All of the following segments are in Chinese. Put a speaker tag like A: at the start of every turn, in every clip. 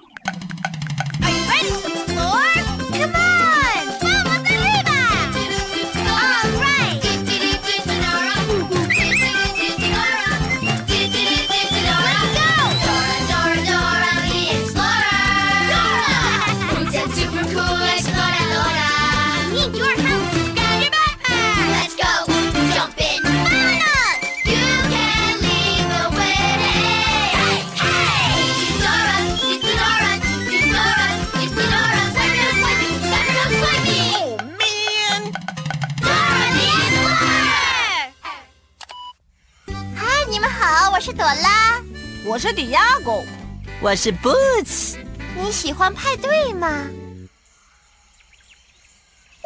A: Are you ready to explore? Come on! Vamos arriba! All right! Let's go! Dora, Dora, Dora the Explorer! Dora! Who's that super cool Explorer, Dora? need your help to get your backpack! Let's go! Jump in! Vámonos! You can lead the way! Hey! Hey! It's Dora! It's Dora! It's Dora! It's Dora! Cyberdoll swiping! Cyberdoll swiping!
B: Oh man!
A: Dora the Explorer!
C: 嗨，你们好，我是朵拉。
B: 我是 Diago，我是 Boots。
C: 你喜欢派对吗？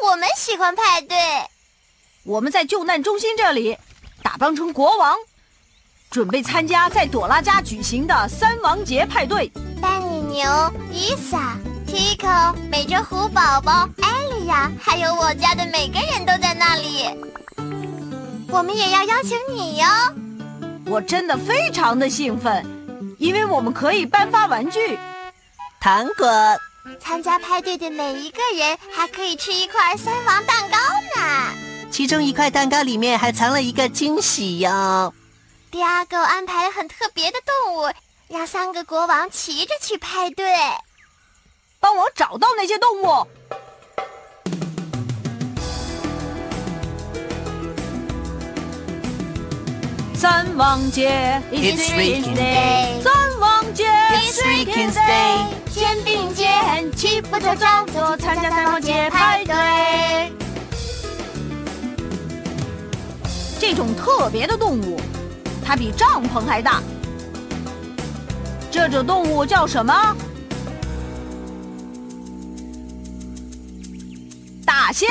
C: 我们喜欢派对。
B: 我们在救难中心这里打扮成国王，准备参加在朵拉家举行的三王节派对。
C: 丹尼牛、伊萨、Tico、美洲虎宝宝、艾莉亚，还有我家的每个人都在那里。我们也要邀请你哟。
B: 我真的非常的兴奋，因为我们可以颁发玩具、糖果。
C: 参加派对的每一个人还可以吃一块三王蛋糕呢。
B: 其中一块蛋糕里面还藏了一个惊喜哟、
C: 迪亚狗安排了很特别的动物，让三个国王骑着去派对。
B: 帮我找到那些动物。三王节
D: It's Rickens
C: Day
B: 三王节
C: It's Rickens Day 肩并肩，齐步走张左，参加三王节派对。
B: 这种特别的动物，它比帐篷还大。这种动物叫什么？大象。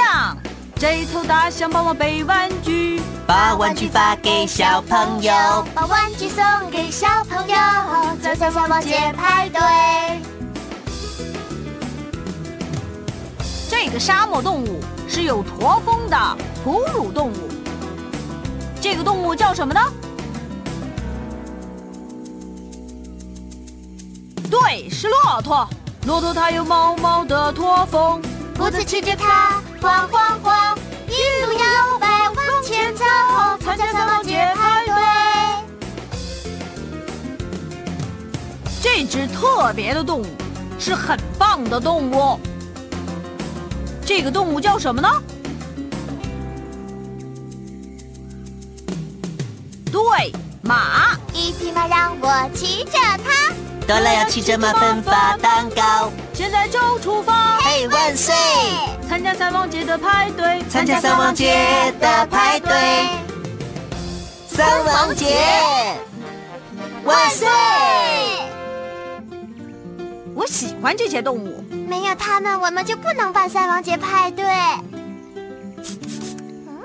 B: 这头大象帮我背玩具，
D: 把玩具发给小朋友。，
C: 把玩具送给小朋友，参加三王节派对。
B: 这个沙漠动物是有驼峰的哺乳动物。这个动物叫什么呢？对，是骆驼。骆驼它有毛毛的驼峰，
C: 胡子骑着它，晃晃晃，一路摇摆往前走，参加三王节派对。
B: 这只特别的动物是很棒的动物。这个动物叫什么呢？对，马。
C: 一匹马让我骑着它，
D: 哆啦要骑着马分发蛋糕，
B: 现在就出发，
D: 嘿万岁！
B: 参加三王节的派对，
D: 参加三王节的派对，三王节万岁！
B: 我喜欢这些动物。
C: 没有他们，我们就不能办三王节派对。嗯，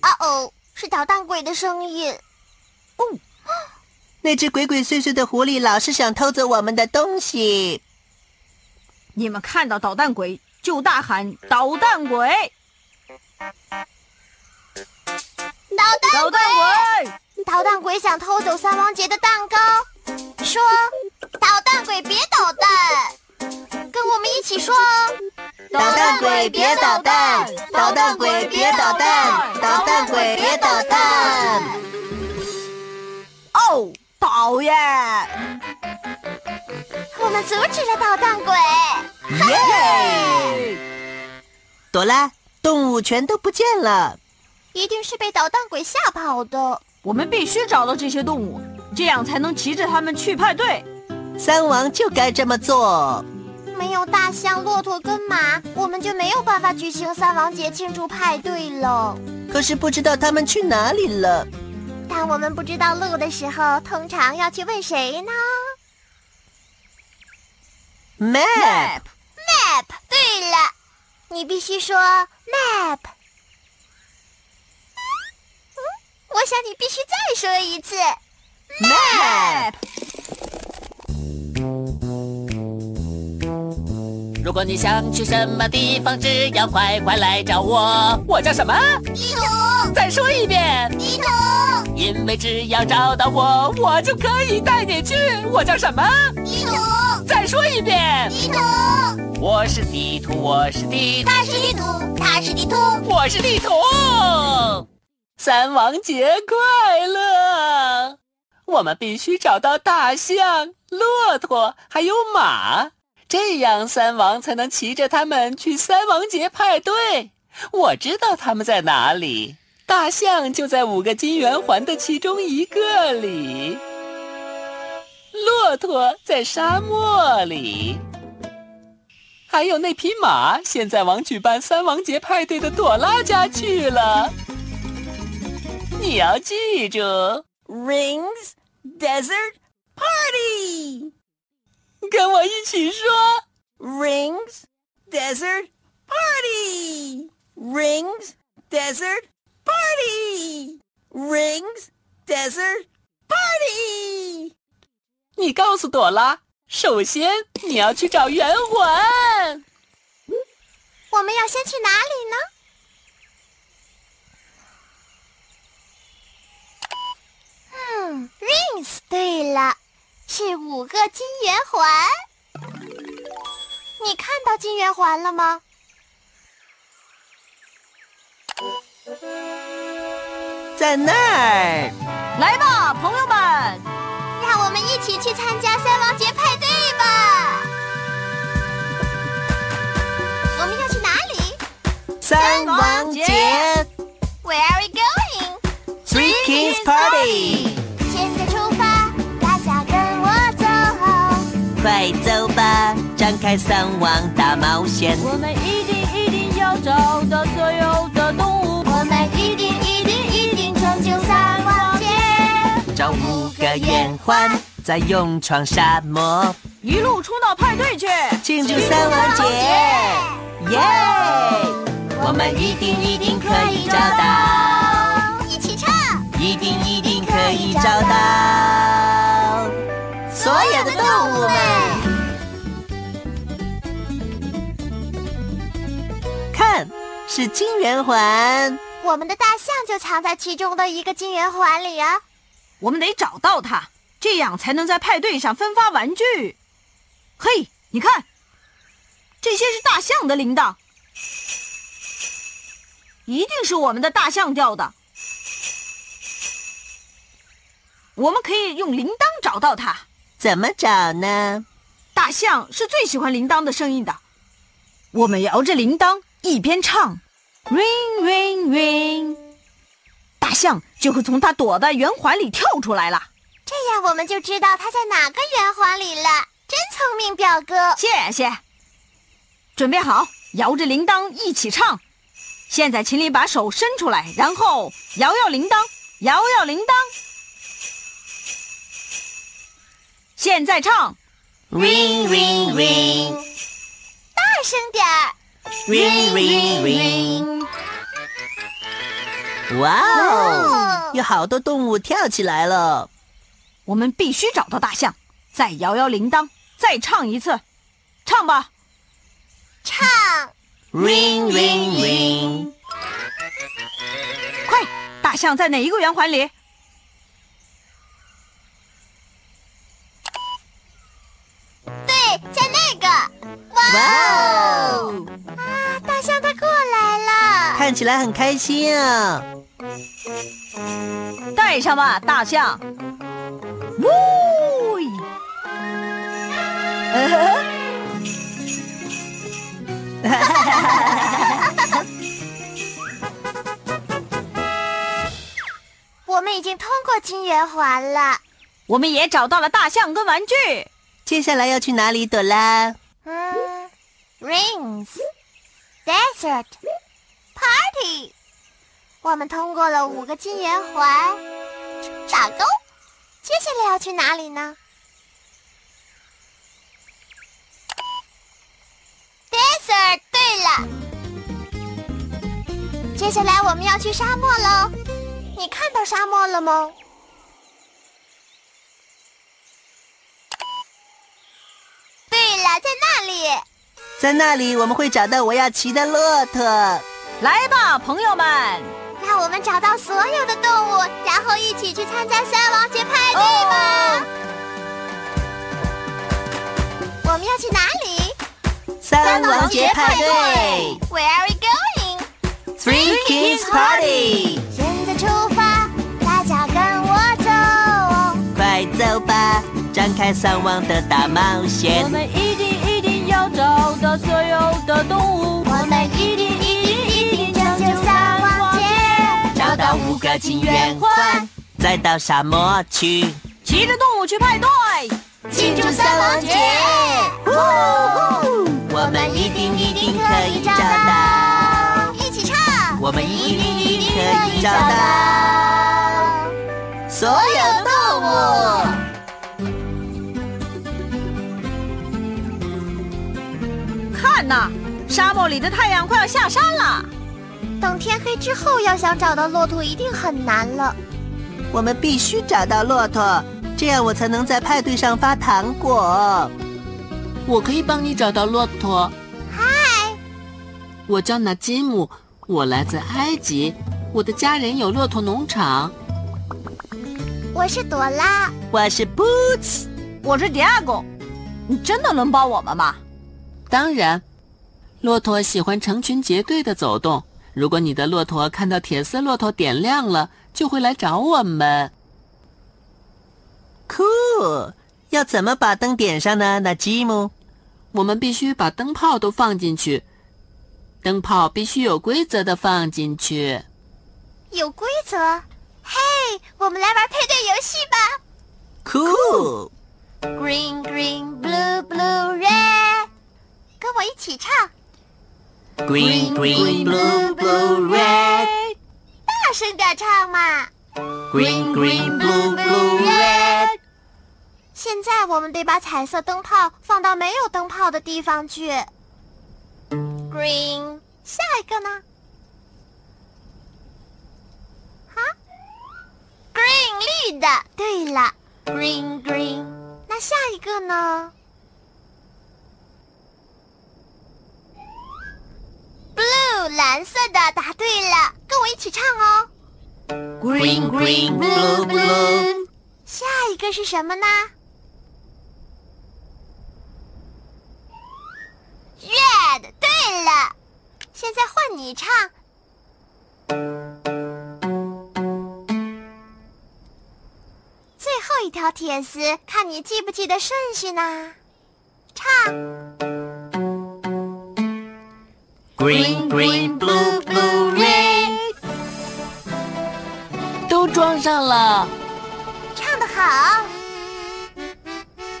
C: 啊哦，是捣蛋鬼的声音。
D: 那只鬼鬼祟祟的狐狸老是想偷走我们的东西，
B: 你们看到捣蛋鬼就大喊“捣蛋 鬼
C: 捣”，蛋
B: 捣蛋鬼！
C: 捣蛋鬼想偷走三王节的蛋糕，说：“捣蛋鬼别捣蛋，跟我们一起说哦。”
D: 捣蛋鬼别捣蛋，捣蛋鬼别捣蛋，捣蛋鬼别捣蛋。
B: 哦，讨厌！
C: 我们阻止了捣蛋鬼。
D: 耶！朵拉，动物全都不见了。
C: 一定是被捣蛋鬼吓跑的。
B: 我们必须找到这些动物，这样才能骑着它们去派对。
D: 三王就该这么做。
C: 没有大象、骆驼跟马，我们就没有办法举行三王节庆祝派对了。
D: 可是不知道他们去哪里了。
C: 当我们不知道路的时候，通常要去问谁呢
D: Map，
B: Map，
C: ？Map。对了，你必须说 map。嗯，我想你必须再说一次。
B: Map，
E: 如果你想去什么地方，只要快快来找我。我叫什么？
C: 地图，
E: 再说一遍，
C: 地图，
E: 因为只要找到我，我就可以带你去。我叫什么？
C: 地图，
E: 再说一遍，
C: 地图，
E: 我是地图，我是地图，
C: 它是地图，它是地图。
E: 我是地图。三王节快乐！我们必须找到大象、骆驼还有马，这样三王才能骑着它们去三王节派对。我知道它们在哪里，大象就在五个金圆环的其中一个里，骆驼在沙漠里。还有那匹马，现在往举办三王节派对的朵拉家去了。你要记住，
D: Rings Desert Party!
E: 跟我一起说
D: Rings Desert Party! Rings Desert Party! Rings Desert Party!
E: 你告诉朵拉，首先你要去找圆环。
C: 我们要先去哪里呢？嗯，rings。对了，是五个金圆环。你看到金圆环了吗？
D: 在那儿，
B: 来吧，朋友们，
C: 让我们一起去参加三王节派对吧！我们要去哪里
D: 三王节
C: ？Where are we going？
D: Three Kings Party，
C: 现在出发，大家跟我走。
D: 快走吧，展开三王大冒险。
B: 我们一定一定要找到所有的动物。
C: 我们一定一定一定成就三王节。
D: 找五个圆环，再勇闯沙漠，
B: 一路冲到派对去。
D: 庆祝三王节，耶！我们一定一定可以找到，
C: 一起唱，
D: 一定一定可以找到所有的动物们。看，是金圆环，
C: 我们的大象就藏在其中的一个金圆环里啊！
B: 我们得找到它，这样才能在派对上分发玩具。嘿，你看，这些是大象的铃铛，一定是我们的大象掉的。我们可以用铃铛找到它。
D: 怎么找呢？
B: 大象是最喜欢铃铛的声音的。我们摇着铃铛，一边唱，ring ring ring，大象就会从它躲的圆环里跳出来了。
C: 这样我们就知道它在哪个圆环里了。真聪明，表哥！
B: 谢谢。准备好，摇着铃铛一起唱。现在，请你把手伸出来，然后摇摇铃铛，摇摇铃铛。现在唱，
D: Ring ring ring
C: 大声点儿
D: ring ring ring。哇哦，有好多动物跳起来了。
B: 我们必须找到大象，再摇摇铃铛，再唱一次，唱吧。
C: 唱，
D: Ring ring ring，
B: 快，大象在哪一个圆环里？
C: 对，在那个。
D: 哦
C: 哇哦！啊，大象它过来了。
D: 看起来很开心啊！
B: 带上吧，大象。呜！
C: 我们已经通过金圆环了。
B: 我们也找到了大象跟玩具。
D: 接下来要去哪里，朵拉？
C: 嗯，rings desert party，我们通过了五个金圆环，打勾。接下来要去哪里呢？desert。对了，接下来我们要去沙漠喽。你看到沙漠了吗？对了，在那里。
D: 在那里我们会找到我要骑的骆驼。
B: 来吧，朋友们！
C: 让我们找到所有的动物，然后一起去参加三王节派对吧！我们要去哪里
D: 三王节派对
C: ？Where are we going？
D: ，Three Kings Party，
C: 现在出发，大家跟我走，
D: 快走吧，张开三王的大冒险
B: 我。们一定一定要找到所有的动物，
C: 我们一定一定一定拯救三王节，
D: 找到五个金圆环，再到沙漠去。
B: 骑着动物去派对。
C: 庆祝三王节！
D: 我们一定一定可以找到，
C: 一起唱，
D: 我们一定一定可以找到所
C: 哎
D: 有动物。
B: 看呐、沙漠里的太阳快要下山了。
C: 等天黑之后，要想找到骆驼一定很难了。
D: 我们必须找到骆驼，这样我才能在派对上发糖果。
E: 我可以帮你找到骆驼。
C: 嗨，
E: 我叫纳吉姆，我来自埃及，我的家人有骆驼农场。
C: 我是朵拉，
D: 我是 Boots，
B: 我是 Diego，你真的能帮我们吗？
E: 当然，骆驼喜欢成群结队的走动。如果你的骆驼看到铁丝骆驼点亮了，就会来找我们。
D: 酷。要怎么把灯点上呢？那吉姆，
E: 我们必须把灯泡都放进去，灯泡必须有规则的放进去。
C: 有规则。嘿，我们来玩配对游戏吧。
D: 酷
C: Green, green, blue, blue, red，跟我一起唱。
D: Green green blue blue red。
C: 大声点唱嘛！
D: Green green blue blue red。
C: 现在我们得把彩色灯泡放到没有灯泡的地方去。Green，下一个呢？啊，Green 绿的。对了，Green green。那下一个呢？Blue 蓝色的，答对了，跟我一起唱哦。
D: Green green blue blue。
C: 下一个是什么呢？Red，对了，现在换你唱。最后一条铁丝，看你记不记得顺序呢？唱
D: Green green blue blue red。
E: 都装上了，
C: 唱的好，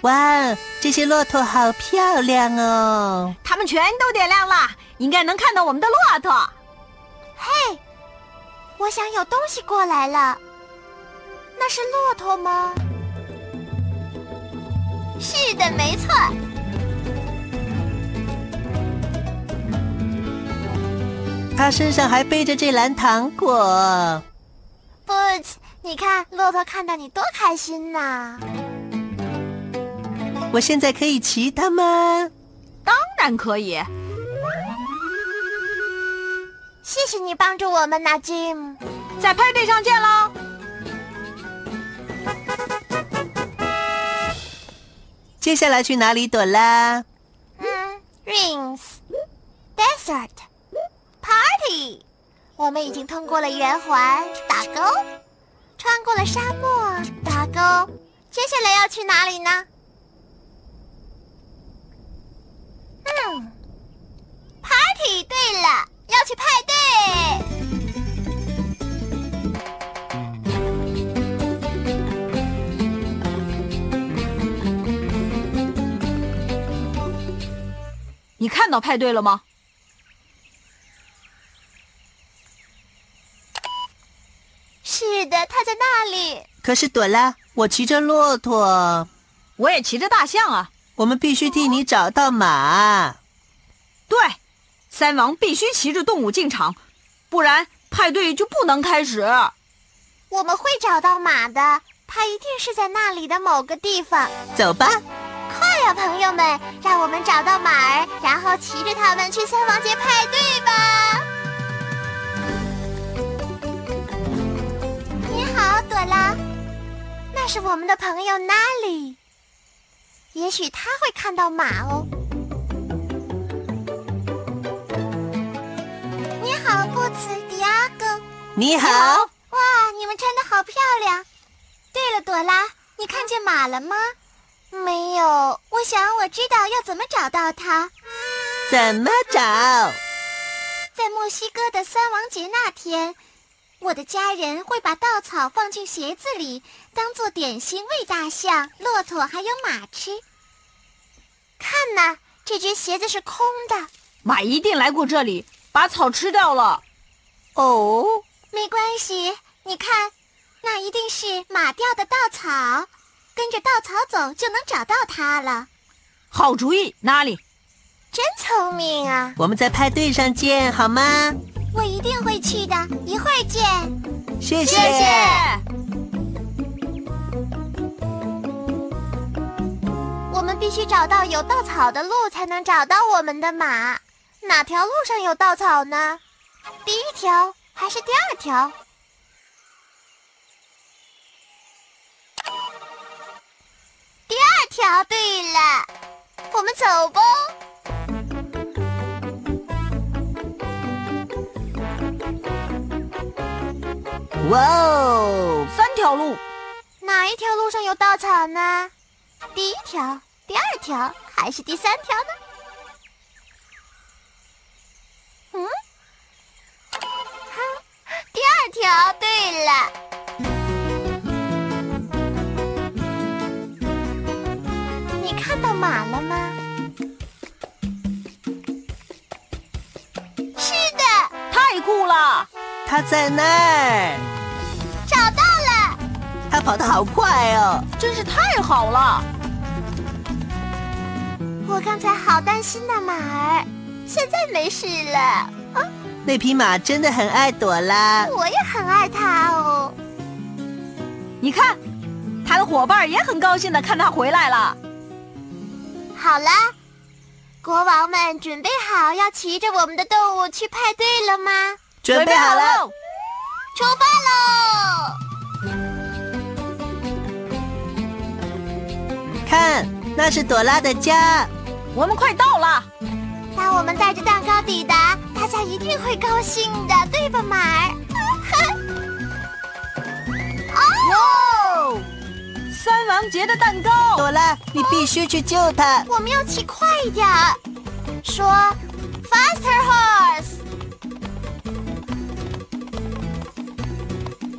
D: 哇，这些骆驼好漂亮哦！
B: 它们全都点亮了，应该能看到我们的骆驼。
C: 我想有东西过来了，那是骆驼吗？是的，没错。
D: 它身上还背着这篮糖果。
C: Boots，你看骆驼看到你多开心呐！
D: 我现在可以骑它吗？
B: 当然可以，
C: 谢谢你帮助我们呐，Jim。
B: 在派对上见喽。
D: 接下来去哪里，朵拉？
C: 嗯，rings desert party，我们已经通过了圆环，打勾，穿过了沙漠，打勾，接下来要去哪里呢？嗯，party，对了，要去派对。
B: 你看到派对了吗？
C: 是的，他在那里。
D: 可是朵拉，我骑着骆驼，
B: 我也骑着大象啊。
D: 我们必须替你找到马。
B: 对，三王必须骑着动物进场，不然派对就不能开始。
C: 我们会找到马的，它一定是在那里的某个地方。
D: 走吧，
C: 快小朋友们，让我们找到马儿，然后骑着它们去三王节派对吧！你好，朵拉，那是我们的朋友娜里，也许他会看到马哦。你好，布茨迪阿哥。
D: 你好，
C: 哦哇，你们穿的好漂亮！对了，朵拉，你看见马了吗？没有，我想我知道要怎么找到它。
D: 怎么找？
C: 在墨西哥的三王节那天，我的家人会把稻草放进鞋子里，当做点心喂大象、骆驼还有马吃。看呐，这只鞋子是空的。
B: 马一定来过这里，把草吃掉了。哦，
C: 没关系，你看，那一定是马掉的稻草，跟着稻草走就能找到它了。
B: 好主意，哪里？
C: 真聪明啊！
D: 我们在派对上见好吗？
C: 我一定会去的，一会儿见。
D: 谢谢。
C: 我们必须找到有稻草的路，才能找到我们的马。哪条路上有稻草呢？第一条还是第二条？第二条，对了，我们走吧。
D: 哇哦，
B: 三条路，
C: 哪一条路上有稻草呢？第一条、第二条还是第三条呢？嗯， 哈，第二条。对了，你看到马了吗？是的，
B: 太酷了！
D: 它在那儿，
C: 找到了。
D: 它跑得好快哦。
B: 真是太好了。
C: 我刚才好担心的马儿，现在没事了。
D: 那匹马真的很爱朵拉，
C: 我也很爱它哦。
B: 你看，他的伙伴也很高兴的看他回来了。
C: 好啦，国王们准备好要骑着我们的动物去派对了吗？
D: 准备好了。
B: 喽，
C: 出发喽！
D: 看，那是朵拉的家。
B: 我们快到了。
C: 当我们带着蛋糕抵达，大家一定会高兴的，对吧，马儿？ 哦，
B: 三王节的蛋糕，
D: 朵拉，你必须去救它。
C: 我们要骑快一点儿，说，faster horse，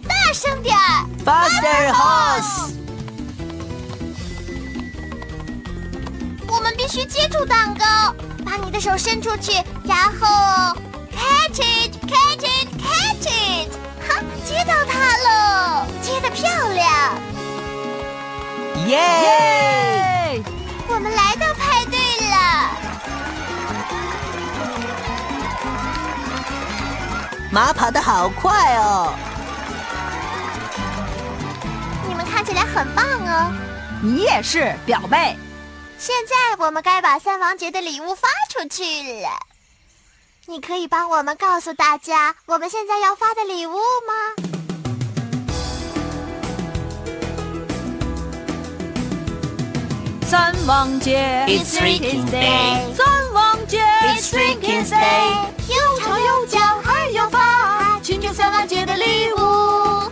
C: 大声点儿。
D: Faster horse，
C: 我们必须接住蛋糕，把你的手伸出去，然后 catch it, catch it, catch it！哈，接到它喽，接的漂亮！
D: 耶！
B: 哎，
C: 我们来到派对了，
D: 马跑得好快哦。
C: 你们看起来很棒哦。
B: 你也是表妹。
C: 现在我们该把三王节的礼物发出去了。你可以帮我们告诉大家我们现在要发的礼物吗？
B: 三王节
D: It's Drinking Day
B: 三王节
D: It's Drinking Day
C: 又长又娇而又发，
B: 寻求三王节的礼物。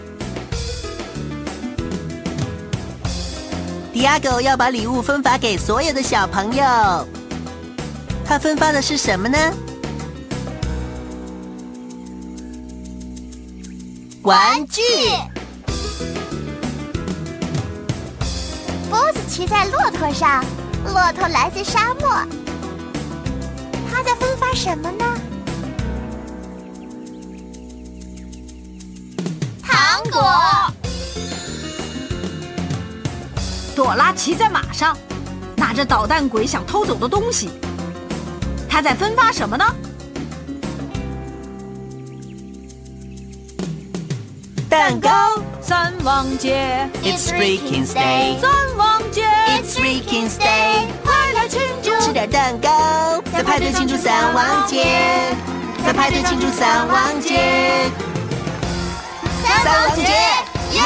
D: 迪亚狗要把礼物分发给所有的小朋友。他分发的是什么呢？玩具。
C: 波子骑在骆驼上，骆驼来自沙漠。他在分发什么呢？糖果。
B: 朵拉骑在马上，拿着捣蛋鬼想偷走的东西。他在分发什么呢？
D: 蛋糕。
B: 三王节，
D: It's Rickings Day。
B: 三王节
D: It's Rickings Day。
C: 快庆祝，
D: 吃点蛋糕，再派对庆祝三王节，再派对庆祝三王节，
C: 三
D: 王节
C: 耶！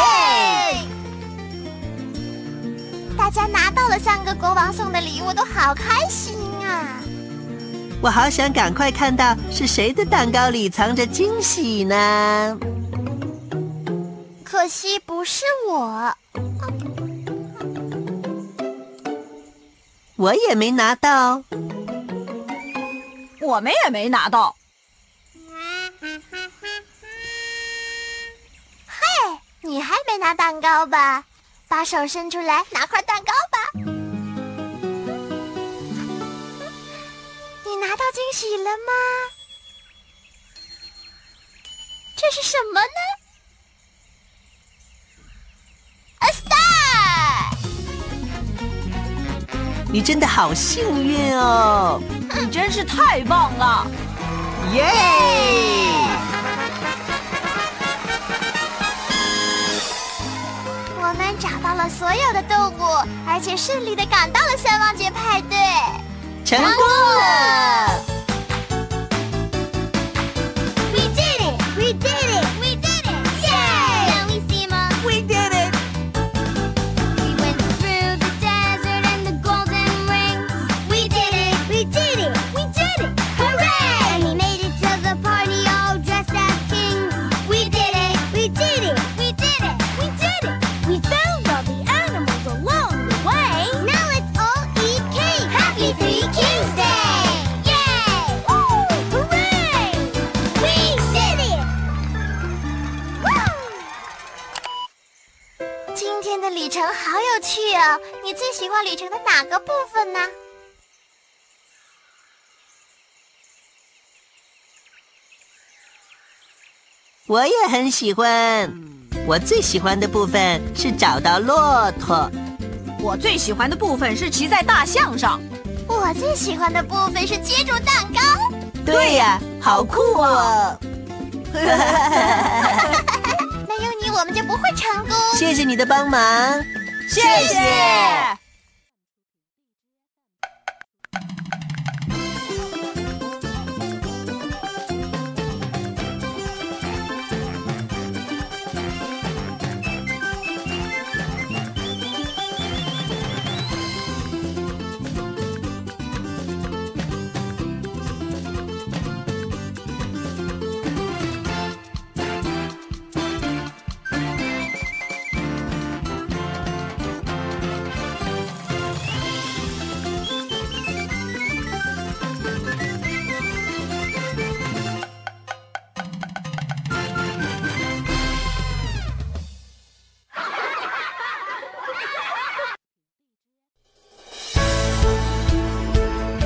C: 大家拿到了三个国王送的礼物，都好开心啊！
D: 我好想赶快看到是谁的蛋糕里藏着惊喜呢？
C: 可惜不是我，
D: 我也没拿到。
B: 我们也没拿到。
C: 你还没拿蛋糕吧？把手伸出来，拿块蛋糕吧。你拿到惊喜了吗？这是什么呢？A star。
D: 你真的好幸运哦！
B: 你真是太棒了！
D: 耶！
C: 我们找到了所有的动物，而且顺利的赶到了三王节派对。
D: 成功了！
C: We did it! We did it! We did it! Yay! Now we see them. We did it! We went through the desert and the golden rings. We did it! We did it! We did it! Hooray! And we made it to the party all dressed as kings. We did it! We did it! We did it! We did it! We found all the animals along the way. Now let's all eat cake. Happy Three Kings Day! Yay! Hooray! We did it! 今天的旅程好有趣哦！你最喜欢旅程的哪个部分呢？
D: 我也很喜欢。我最喜欢的部分是找到骆驼。
B: 我最喜欢的部分是骑在大象上。
C: 我最喜欢的部分是接住蛋糕。
D: 对呀、好酷哦！
C: 没有你，我们就不会成功。
D: 谢谢你的帮忙，谢
B: 谢谢。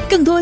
F: 更多